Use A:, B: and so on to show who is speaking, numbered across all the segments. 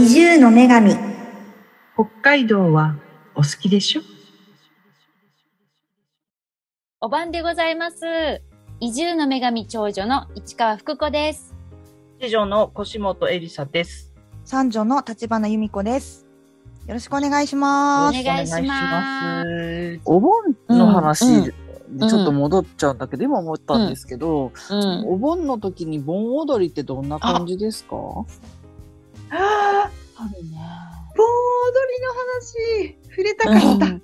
A: 女神
B: 北海道はお好きでしょ
C: お晩でございます。移住の女神長女の市川福子です。
D: 次女の腰本エリサです。
A: 三女の立花由美子ですよろしくお願いし
C: お
A: ま
C: 願
A: す
C: いします
D: す。
E: お盆の話
C: うん
E: にちょっと戻っちゃうんだけど、今思ったんですけど、
C: うん。
E: お盆の時に盆踊りってどんな感じですか
D: あ
E: あるね。
D: ー盆踊りの話、触れたかった。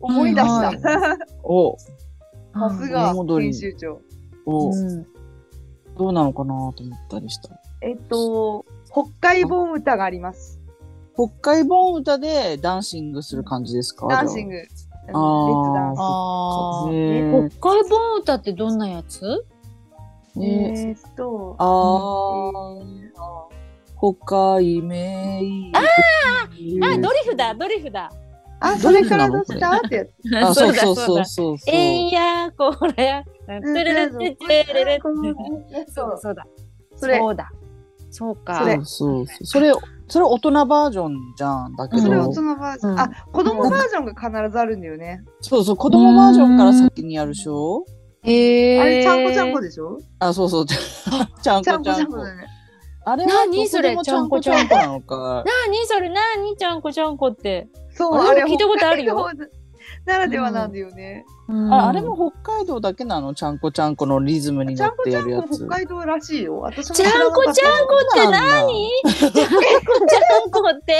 D: 思い出した。
E: お、
D: さすが
E: 盆踊り
D: 編集長。
E: お、どうなのかなと思ったりした。
D: えっと、北海盆歌があります。
E: 北海盆歌でダンシングする感じですか
D: ダンシング。レッツ
E: あー
D: ダン
C: あ
D: ス。
E: じゃあ
C: あ。
E: ね
C: 北海盆歌ってどんなやつ
E: えねえ
D: えーっと、
E: あー北海名医あ
C: あ、ドリフだ、ドリフだ。
D: あ、それからどうしたってやつ。
E: あ、そうそうそうそうそう。
C: えいや、これ。
D: うん
C: て れれてれれれ
D: そう
C: そうだ。
D: それ、
C: そうだ。そうか。
D: それ
E: そうそうそう。それ、それ大人バージョンじゃん。だけ
C: うん
E: ど、
D: それ大人バージョ
C: う
D: ン。
C: ん
D: あ、子供バージョンが必ずあるんだよね。
E: そうそう、子供バージョンから先にやるでしょ
C: へえ。
D: あれ、ちゃんこちゃんこでしょ
E: あ、そうそう。ちゃんこ
D: ち
E: ち
D: ゃ
E: ゃ
D: ん
E: ん
D: こちゃんこ
E: こ
D: だ。ね。
E: あれは、
C: 何それ
E: ちゃんこちゃんこなのか。
C: なにそれ、なにちゃんこちゃんこって。
D: そう、
C: あ
D: あ
C: れ
D: れ、
C: 聞いたことあるよ
D: 北海道ならではなんだよね。
E: ああれ。も北海道だけなのちゃんこちゃんこのリズムに
D: ちゃ
E: 乗
D: ん
E: っ
D: こ
E: て
D: ちゃ
E: やるや
D: んこ
E: つ
D: 北。海道らしいよ。私も
C: ちゃんこちゃんこって何ちゃんこちゃんこって。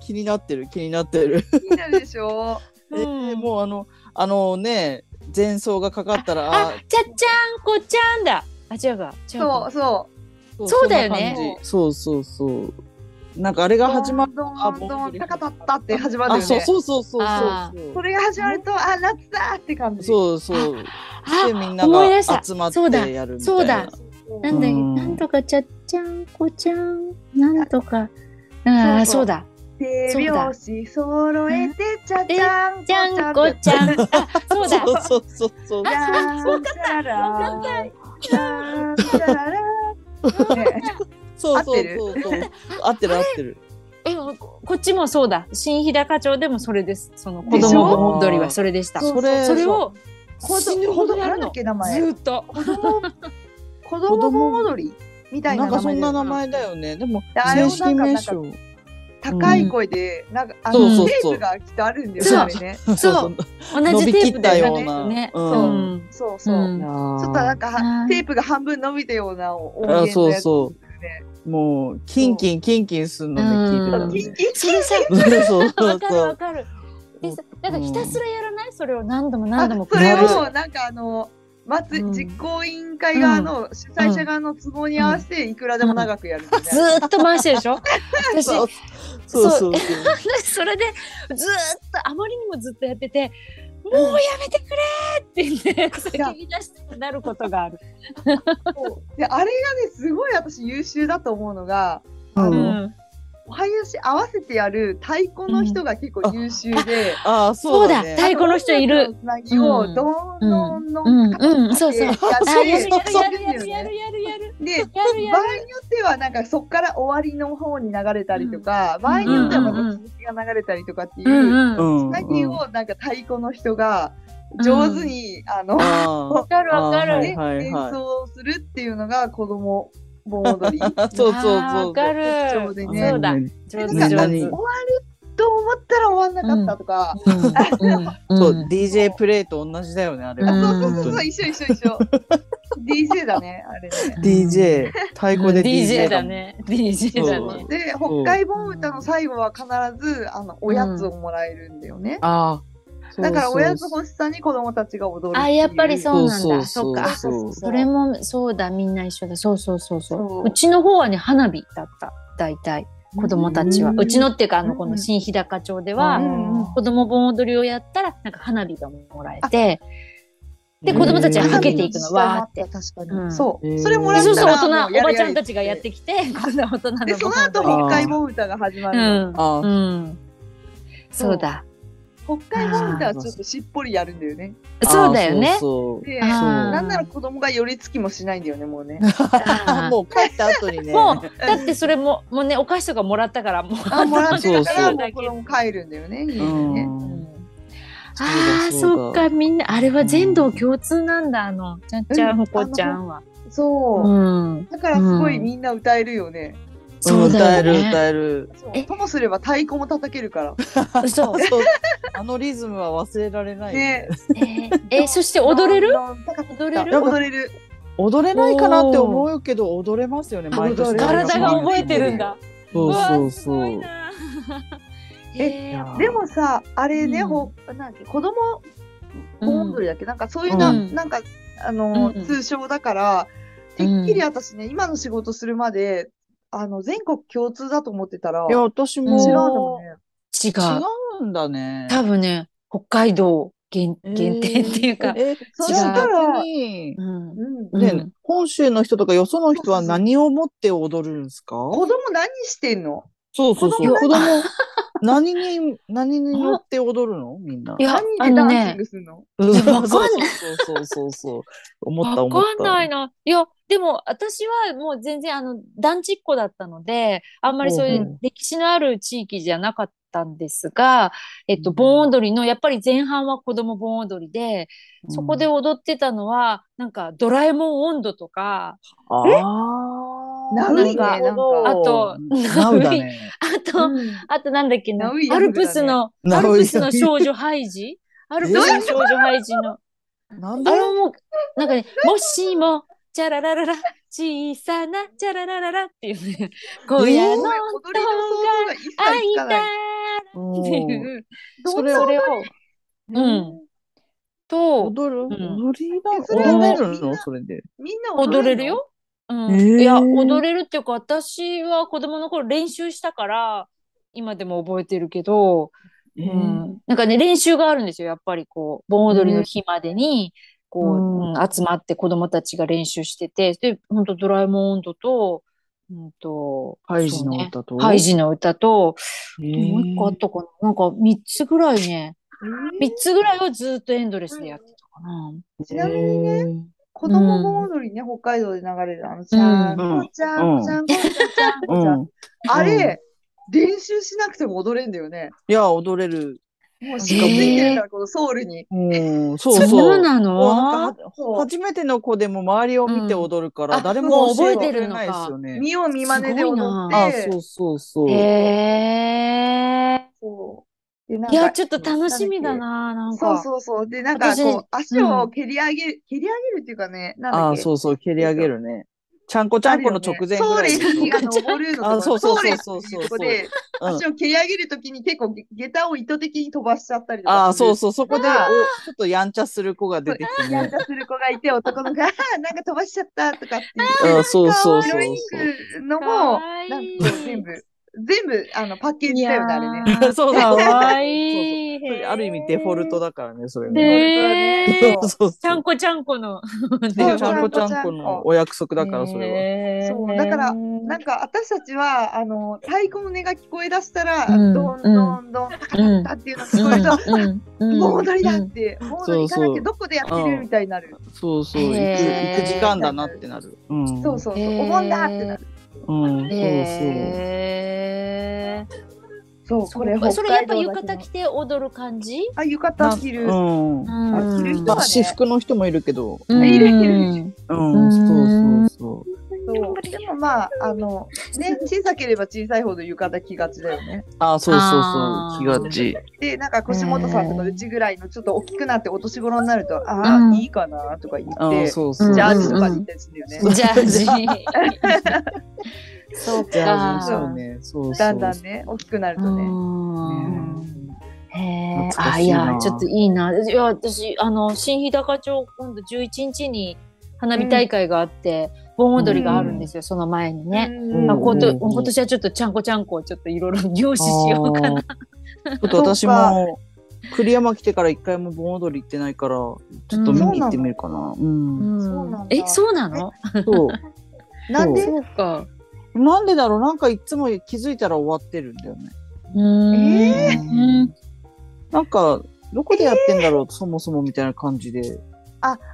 E: 気になってる、気になってる。
D: こ気になるでしょ。
E: えーもうあの、あのね、前奏がかかったら、
C: あ、ちゃちゃんこちゃんだ。あ、違うか。違う
D: そ
C: か
D: うそ
E: そ
C: そうだよね
E: そんな感じそうそうそう。なんかあれ
D: う。
E: が始まる。
D: どん
E: あ
D: どんど
E: 盆
D: ん
E: 踊り
D: 高かったって始まるよ
E: あ、
D: ね。
E: そうそうそうそう
C: あ
E: そう。
D: それが始まるとあ夏だって感じ。
E: そうそう。
C: あ
E: でみんな
C: 思い出
E: が
C: した
E: 集まっ
C: そうだ
E: てやるみたいな。
C: そうだ
D: そう
C: なんだっけ
E: うん
C: なんとかちゃっちゃんこちゃん。なんとか。ああ、そ
D: そ
C: う
D: そう
C: うだ。
D: 手拍子揃えてちゃちゃんこ
C: ちゃんこちゃん。あ、そうだ。
E: そうそうそうそう。
D: じゃん
C: わか
D: じゃら
C: わかった
D: じゃんじゃららね
E: そう
D: 合っ
E: そう
D: てる
E: そうそう。合ってる合ってる。
C: え、ここっちもそうだ。新日高町でもそれです。その子
D: でしょ
C: 供の盆踊りはそれでした。
D: そう
C: そ
E: それ
C: れを
D: 子
C: 死ぬほど
D: 供
C: や
D: な
C: る
D: んだっ
C: の。
D: け
C: ず
D: 名前
C: ーっと。
D: 子供子供盆踊りみたい
E: な
D: なん
E: か
D: 名
E: そ
D: 前
E: ん
D: だよ
E: な名前だよね。でも
D: あれも
E: 正
D: なんか
E: 式名称。
D: 高い声でなんかあ
E: そう
C: そ
D: の
E: う
D: テ
E: そう
D: ープがきっとあるんだよねあれね
E: そうそう。
C: 同じテープだよ
E: 伸びきったよう
C: ね。
E: な
C: ね。
E: うん
C: うん
D: そう
C: う
D: そうん
E: ち
D: ちょっとなん
E: か。
D: か
C: あー
D: テープが半分伸びたような音
E: あ、
D: 源
E: そ
D: の
E: う
D: やつ
E: そ
D: ね
E: う。もうキンキンキンキンすんのね聞いてたら
C: うん
E: ね。
D: キンキン
C: それさ、
E: そうそ
C: わ
E: う
C: かる
E: そ
C: わ
E: う。
C: かる。でさ、なんかひたすらやらないそれを何度も
D: あ
C: 何度も
D: それ
C: 繰り返す
D: をなんかあの祭
C: うん
D: 実行委員会側の主催者側の都合に合わせていくらでも長くやるみたい
C: ず
D: な。
C: ーっと回してるでしょ私
E: そうそうそうそう。
C: 私 それでずーっとあまりにもずっとやってて「もうやめてくれ!」って言って叫び出したくなることがある。
D: そうであれがねすごい私優秀だと思うのが
E: あ
C: う
E: の
C: ん
D: お囃子合わせてやる太鼓の人が結構優秀で。
E: あー、
C: そ
E: そうう
C: だ
E: だね。
C: 太鼓の人いる。
D: つなぎをどんどんどんかけて
C: うんうんそうそう
D: やって
C: あやる
D: や
C: や
D: って
C: る
D: や
C: やる
D: るんだ
C: やるや
D: よね
C: るやるやる
D: で
C: やるや
D: 場合
C: る。
D: によってはなんかそこから終わりの方に流れたりとか、場合によってはまた続きが流れたりとかっていう、
C: うんうん。
E: うん。
D: 最近をなんか太鼓の人が上手に、あの、
E: あ
C: わかるわか
E: あーは
C: る。
E: い
D: ね演奏するっていうのが子供盆踊り。
E: ー。そうそうそうそう。
C: あーわかる。
D: 特徴でね
C: そうだ。
E: ね
C: 上手
D: なんか
C: 上
E: 何
C: 手
D: 終わると思ったら終わんなかったとか、
C: うん。
E: そう、
C: うん
E: DJ プレイと同じだよね、あれは。
C: うん
D: そうそうそうそう一緒一緒一緒 DJ だねあれね。
E: DJ、太鼓で DJ
C: DJ だ
E: だもん。
C: ね。DJ だ
E: そう
C: ね。
D: で北海盆歌の最後は必ずあのおやつをもらえるんだよね。
E: ああ。
D: だからおやつ
E: そう
D: 欲しさに子供たちが踊る
C: あやっぱりそうなんだそ
E: そうう
C: か
E: そう
C: それもそうだみんな一緒だそうそうそうそ
D: そう
C: ううちの方はね花火だった大体子供たちは
D: うん
C: うちのっていうかあの
D: うん
C: この新日高町で
E: あ
C: は
D: うん
C: 子供盆踊りをやったらなんか花火がもらえてで
E: うん
C: 子供たち
E: じゃ
C: が
E: あ
C: はけていくのわーって
D: 確かに、
C: うん
D: そう
E: へー
D: それもら
C: で
D: った
C: そう
D: ら
C: そう大
D: もう
C: 人お
D: やる
C: ばち
D: や
C: ゃ
D: る
C: んたちがやってきてこんな大人の
D: でその後
E: あー
D: 北海盆歌が始ま
C: う
D: るの
C: ん
E: ああ、
C: うんそうだ
D: 北海道みたいはちょっとしっぽりやるんだよね。
C: そうだよね。
E: そう
D: で、
C: あー
D: なんなら子供が寄りつきもしないんだよね、もうね。
C: あー
E: もう帰った後にね。
C: もうだってそれももうねお菓子とかもらったからもう
D: あ、もらってるから、
E: そう
D: も
C: そう
D: う子供帰るんだよね、家
E: う
D: にね。
E: ん。
C: ああ
E: そうだ
C: そっかみんなあれは全道共通なんだあのちゃんちゃんほこちゃんは。
D: そう。
C: うん
D: だからすごい
C: うん
D: みんな歌えるよね。
C: そうだよね
E: 歌える歌える。
D: そう
C: え
D: ともすれば太鼓も叩けるから。
C: そう。
E: そうあのリズムは忘れられないよね。
D: ね。
C: えーえーそして踊れる？踊れる？
D: 踊れる。
E: 踊れないかなって思うけど踊れますよね。毎年
D: 踊れる
C: 体が覚えてるんだ。
E: そうそうそう
C: わーすごい
E: そう。
C: な
D: え
C: へー
D: でもさ、あれね、
C: うん
D: ほなんだっけ子供盆踊りだっけ、なんかそういう
E: う
D: な、
C: ん
D: なんか、あのー
C: うん
D: 通称だから、てっきり私ね、今の仕事するまで、あの、全国共通だと思ってたら、
E: いや私も
D: 違
C: 違
D: うんだ
E: 違
C: 違う。
D: もんね。
E: うんだね。
C: 多分ね北海道限限定っていうか、
E: え
D: そ
E: じ
D: し
E: ゃ
D: たら
E: あ逆に
C: うん
D: うん。
C: うん
E: ね、本州の人とかよその人は何を持って踊るんですか
D: 子供何してんの
E: そうそうそう。
D: 子
E: 子供、 何に、何に乗って踊るのみんな。
C: いやあ
D: 何でダ
C: の
D: ンシン
C: ね
D: グするの
E: うん
C: いやわかんない
E: そうそうそうそう。思った
C: わ
E: 思った
C: か。んないないやでも私はもう全然あの団地っ子だったのであんまりそうい
E: ほうほ
C: う歴史のある地域じゃなかったんですが、えっと、
E: うん
C: 盆踊りのやっぱり前半は子供盆踊りでそこで
E: うん、
C: 踊ってたのはなんか「ドラえもん温度」とか
E: あー
D: ナ
C: ウイ
D: が
E: なるほど
C: あと
E: ナウだね。
C: あと、あとなんだっけな
D: ナウイヤ
C: ア
D: フルだね
C: ルプスの、
E: ナ
C: ア
E: ウイヤ
C: ルプスの少女ハイジアルプスの少女ハイジの。
E: なん
C: あ
E: で
C: れももう、なんかね、もしも、チャララララ、小さなチャララララっていうね、今夜の音
D: 踊
C: が
D: りの想像が一切つ
C: 開い
D: か
C: た
D: ない。
C: って
E: うん
C: いう、
E: それ
C: そ
E: を
C: れを、うん。と、
E: 踊る
C: うん
E: 踊りな
D: えそれ
E: 踊れる
D: みん
E: の
D: な
E: それで。
D: みんな
C: 踊れ
D: の
C: る。よ。う
E: へ
C: ん、
E: ー
C: いや踊れるっていうか私は子供の頃練習したから今でも覚えてるけど、う
E: えー
C: ん、なんかね練習があるんですよやっぱりこう盆踊りの日までにこう、
E: うん
C: うん集まって子供たちが練習しててで本当ドラえもん温度と,、うん、と
E: ハイジ
C: そう
E: の
C: ね
E: 歌と。
C: ハイジの歌と、
E: えー。
C: もう一個あったかななんか3つぐらいね
D: え
C: 3つぐらいはずっとエンドレスでやってたかな。
D: ーちなみにね、
E: えー
D: 子供盆踊りね、北海道で流れるあの、ちゃんこちゃんこちゃんこちゃんこちゃんこちゃん。あれ、練習しなくても踊れんだよね。
E: いや、踊れる。
D: もう染みついてるから、このソウルに。
E: うん、そうそう。もう
C: なの
E: なんかは初めての子でも周りを見て踊るから、
C: うん
E: 誰
D: あ
E: も覚
D: そう
E: え
D: 覚え
E: て
C: て
E: る
C: るの
E: な
C: か
E: いですよね。
D: 見よう見まねで踊
C: す
E: あ
D: っ、て
E: そ。うそうそう。
C: へえ。
D: そうでなん
C: い
D: か
C: や、ちょっと楽しみだな、なん
D: そう
C: か。
D: そうそう。で、なんか
C: 私
D: こう、足を
C: う
D: 蹴り上げる、蹴り上げるっていうかね、なんだ
E: あ
D: っ
E: あ、
D: け。
E: そうそう、蹴り上げるね。ちゃんこちゃんこの直前ぐらい
D: ソウレンにが登るの
E: あ
D: と
E: そう
D: か、
E: そうそう
D: ソウレンっていうとこで、
E: うん
D: 足を蹴り上げるときに結構げ下駄を意図的に飛ばしちゃったりと
E: あ
D: か
E: あ、
D: する。
E: そうそう、そこで、おちょ
D: あ
E: っとやんちゃする子が出てきて
D: やん
E: ね
D: ち。ゃする子がいて、男の子が、ああ、なんか飛ばしちゃったとかって言って
E: ああ、そうそうそう
D: ヒ
E: そう
D: ロイン。の
C: か
D: も、
C: わいい
D: なんかこう全部、全部、あの、パッケージだよね、あれね。
C: いやー
E: そう
C: か
E: だ
C: わいい。
E: そうそうある意味デフォルトだからね、それが
C: へ
E: ね。
C: え
E: そう
C: ー。
E: そうそう。
C: ちゃんこちゃんこの。
E: ねち
D: そう
E: ゃんこちゃんこのお約束だから、それは。
C: れ
D: そうだからなんか私たちはあの太鼓の音が聞こえ出したら、
C: うん
D: どんどんどんタ
C: うん
D: タっていうのが聞こえると、
C: うん
D: もう踊りだ
C: う
D: っ
C: ん
D: て、もう踊り行かな
E: そう
D: き
E: そ
D: ゃ
E: う
D: どこでやって
E: う
D: る
E: ん
D: みたいになる、
E: そうそう、行く
C: へー
E: 行く時間だなってなる。うん
D: そうそうそう、
C: へー
D: お盆だってなる
E: うん、そうそう。
C: へえ。
D: そう
C: そ
D: これ
C: うかそれやっぱ
D: 北海
C: 浴
D: 道だ
C: 衣
D: け
C: 着て踊る感じ
D: のあ浴衣着る、
E: うん。
D: あ着る人
E: まあ、
D: はね
E: 私服の人もいるけど。
C: うん
D: いるいる
E: うん、
C: うん
E: そうそうそう。
D: そうでもまああのね小さければ小さいほど浴衣着がちだよね
E: あ、そう
C: あー
E: そうそう、気がち。
D: でなんか腰元さんとかうちぐらいのちょっと大きくなってお年頃になると、ああ、
C: うん
D: いいかなとか言
E: う
D: っ
E: ん、
D: て、
E: そうそう。
D: ジャージ
C: と
D: と
C: か
D: か
C: に行っ
D: に行ったりするよね、
C: ジャー ジ。そう
E: ジャージ、
C: か。
E: そうね、そうそう。
D: だんだんね大きくなるとね、
C: うんへえ。
E: 懐か
C: あ、
E: し
C: い
E: いな
C: や、ちょっといいな。いや、私、あの、新日高町、今度11日に花火大会があって、盆踊りがあるんですよ、その前にね。
E: うん
C: あこんと
E: うん
C: 今年はちょっとちゃんこちゃんこをちょっといろいろ凝視しようかな。
E: あーちょっと私も、栗山来てから一回も盆踊り行ってないから、ちょっと見に行ってみるかな。うん。
C: うん
D: そうなんだ
C: え、そうなの
E: そう。
D: なんで
E: そ
C: そうか。
E: なんでだろうなんかいつも気づいたら終わってるんだよね。
C: うーん
D: え
E: うんなんか、どこでやってんだろう、そもそもみたいな感じで。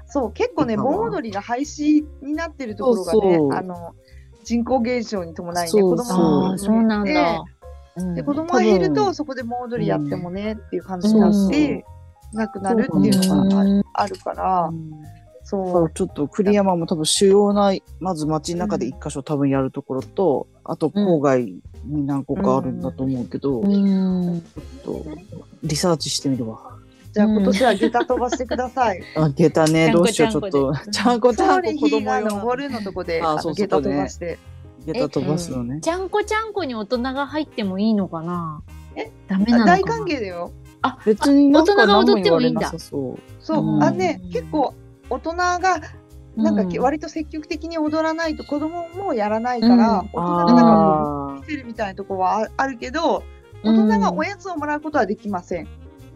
D: そう、結構ね、
E: 今は
D: 盆踊りが廃止になってるところがね、
E: そうそう
D: あの、人口減少に伴いね、
E: そう
D: 子供
E: そう
C: あ
D: も
C: あ、そうなんだ。
E: うん
D: で、子供が減る
E: 多
D: と、
E: 分
D: そこで盆踊りやってもね、っていう感じにな
E: そ
D: っ
E: うそう
D: て、なくなるっていうのがあるあるから
E: う、んだか
D: そ
E: ら
D: う、
E: ちょっと栗山も多分主要な、まず街の中で一箇所多分やるところと、あと郊外に何個かあるんだと思うけど、ちょ
C: うん。
E: っとリサーチしてみるわ。
D: じゃあ今年は下駄飛ばしてください。
E: あ、下駄ね、
C: ちゃん
E: ど
C: こ
E: うしよう、ちょっと。ちゃんこちゃ
D: ソー
E: んこ
D: リ
E: 子
D: ヒ
E: 供
D: ーが
E: 用。
D: 登るのとこで、
E: あ
D: あの
E: そうそ
D: 下
E: う
D: 駄飛ばして。
E: 下駄飛ばすのね。
C: ちゃんこちゃんこに大人が入ってもいいのかな
D: え
C: ダメなのかな
D: 大歓迎だよ。
E: 別になんか
C: 大人が
E: 何も
C: 踊って
E: 言わ
C: もい
E: れ
C: いんだ
E: なさそう。
D: そうう、
E: ん
D: あね、結構大人がなんかけ
C: うん
D: 割と積極的に踊らないと子供もやらないから、大人がなんかこう
E: あー
D: 見てるみたいなところはああるけど、大人がおやつをもらうことはできません。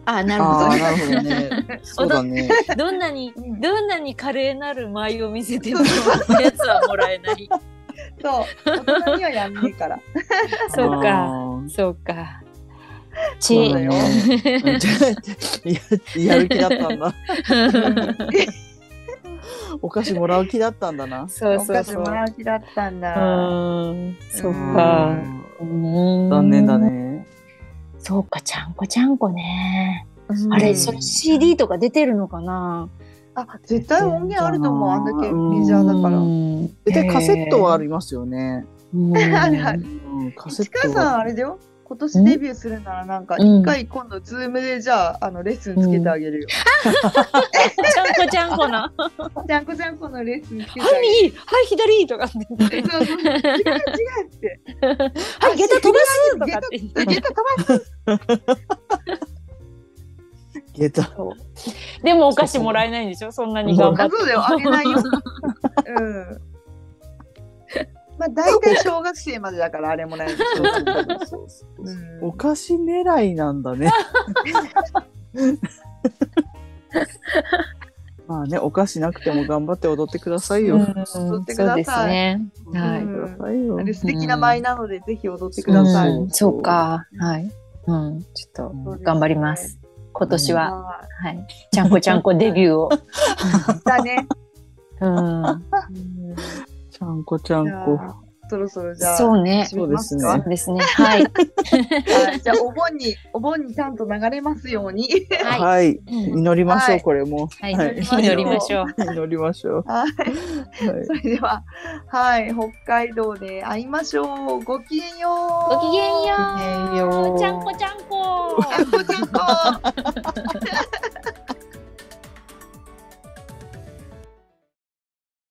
C: あ、なるほ
E: あ
C: ど
E: ー、。なるほどね。そうだね。
C: どんなに、
D: うん
C: どんなに華麗なる舞を見せても、おやつはもらえない。
D: そう、大人にはやんねえから。
C: そう
E: あ
C: か、
E: ー。
C: そうか。ち
E: そうだ
C: ぇ。
E: よ。 ややる気だった んだ。お菓子もらう気だったんだな。
C: そう
D: お
C: そう
D: 菓子
C: そう。
D: もらう気だったん
C: う
D: だ。
C: ーん、そう
E: う
C: か。
E: ん
C: 残
E: 残念だ。ね。
C: そうか、ちゃんこちゃんこね。
D: うん
C: あ
E: う
C: れ、
E: ん
C: それ CD とか出てるのかな
D: あ、絶対音源あると思う。あんだけ
E: うん
D: メジャーだから。
E: 絶対カセットはあ
C: る。
E: りますよね。
D: あるある
E: うん、カセッ
D: 市
E: ト
D: 川
E: は
D: さんあれだよ。今年デビューするならなんか一回今度ズームでじゃああのレッスンつけてあげるよ。
C: ちゃんこちゃんこな。
D: ジャンコジャンコのレッスンつけてあ
C: はい、
D: げる。
C: 右、はい、左とかって言って。
D: そうそう違う違うって。
C: はい、下駄飛ばすとかって言って。
D: ゲッ
E: 下
D: ト
E: 駄。
C: でもお菓子もらえないんでしょそんなに頑張
D: あ
C: っ
D: そうだよ、あげないよ。うん。まあ大体小学生までだからあれもらえるでし
E: そ
D: ょ
E: うそう
D: う
E: そうんお菓子狙いなん だね。まあね、お菓子なくても頑張って踊ってください
C: て。
E: よ。
C: うん
D: 踊ってく
C: そう
D: ださい
C: ですね。は
E: 踊っ
C: い
E: てくださいよ
D: あれ素敵な舞なので、ぜひ踊ってく
E: う
D: だ
E: ん
D: さい。
C: うんそうか。はい。うん。ちょっと
D: そうですね
C: 頑張ります。。今年は、
D: は
C: はい。ちゃんこちゃんこデビュー を。
D: いだね。
C: うん。
E: ちゃんこちゃん
D: じゃ
E: こ。
D: あそろそろじゃあ。
C: そうね。
E: そうですね
D: 締めま
C: そうですね。はい。
D: すかはいじゃあお盆に、お盆にちゃんと流れますよう に。
C: はい
E: はい。
C: うん
E: 祈りましょ
D: は
E: う、
D: い
E: これも。
C: はい。
E: はい
C: 祈りましょう。
E: 祈りましょう。
D: はい。
E: はい
D: それでは、はい、北海道で会いましょう。ごきげんよう。
C: ごきげんよ
E: ごきげんよ
C: う。
E: う
C: ちゃんこちゃんこ。
D: あこちゃんこ。